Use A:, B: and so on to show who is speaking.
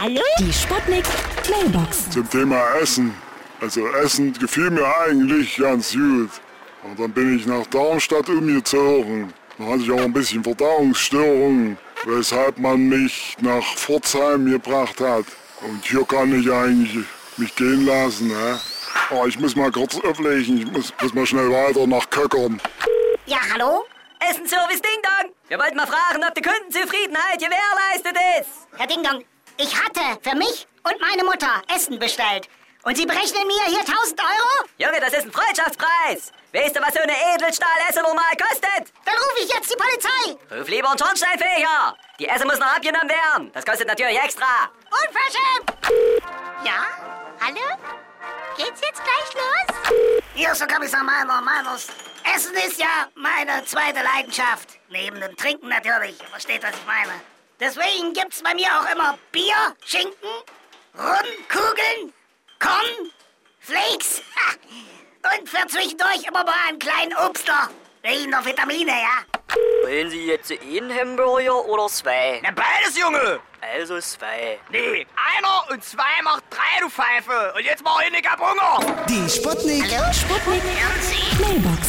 A: Hallo?
B: Die Sputnik Mailbox.
C: Zum Thema Essen. Also Essen gefiel mir eigentlich ganz gut. Und dann bin ich nach Darmstadt um umgezogen. Dann hatte ich auch ein bisschen Verdauungsstörungen, weshalb man mich nach Pforzheim gebracht hat. Und hier kann ich eigentlich mich gehen lassen. Ne? Aber ich muss mal kurz auflegen, ich muss, muss mal schnell weiter nach Köckern.
A: Ja, hallo?
D: Essenservice Ding Dong. Wir wollten mal fragen, ob die Kundenzufriedenheit gewährleistet ist.
A: Herr Dingdong, ich hatte für mich und meine Mutter Essen bestellt. Und Sie berechnen mir hier 1000 Euro?
D: Junge, das ist ein Freundschaftspreis. Weißt du, was so eine Edelstahlesse normal kostet?
A: Dann rufe ich jetzt die Polizei.
D: Ruf lieber einen Schornsteinfeger. Die Esse muss noch abgenommen werden. Das kostet natürlich extra.
A: Unverschämt! Ja? Hallo? Geht's jetzt gleich los? Hier ist der Kommissar Meiner. Meiners. Essen ist ja meine zweite Leidenschaft. Neben dem Trinken natürlich. Ihr Versteht, was ich meine. Deswegen gibt's bei mir auch immer Bier, Schinken, Rumkugeln, Korn, Flakes und für zwischendurch immer mal einen kleinen Obstler. Wegen der Vitamine, ja?
E: Wollen Sie jetzt einen Hamburger oder zwei?
F: Na beides, Junge!
E: Also zwei.
F: Nee, einer und zwei macht drei, du Pfeife! Und jetzt mach ich nicht ab Hunger!
G: Die Sputnik.
A: Hallo? Sputnik.
B: Mailbox.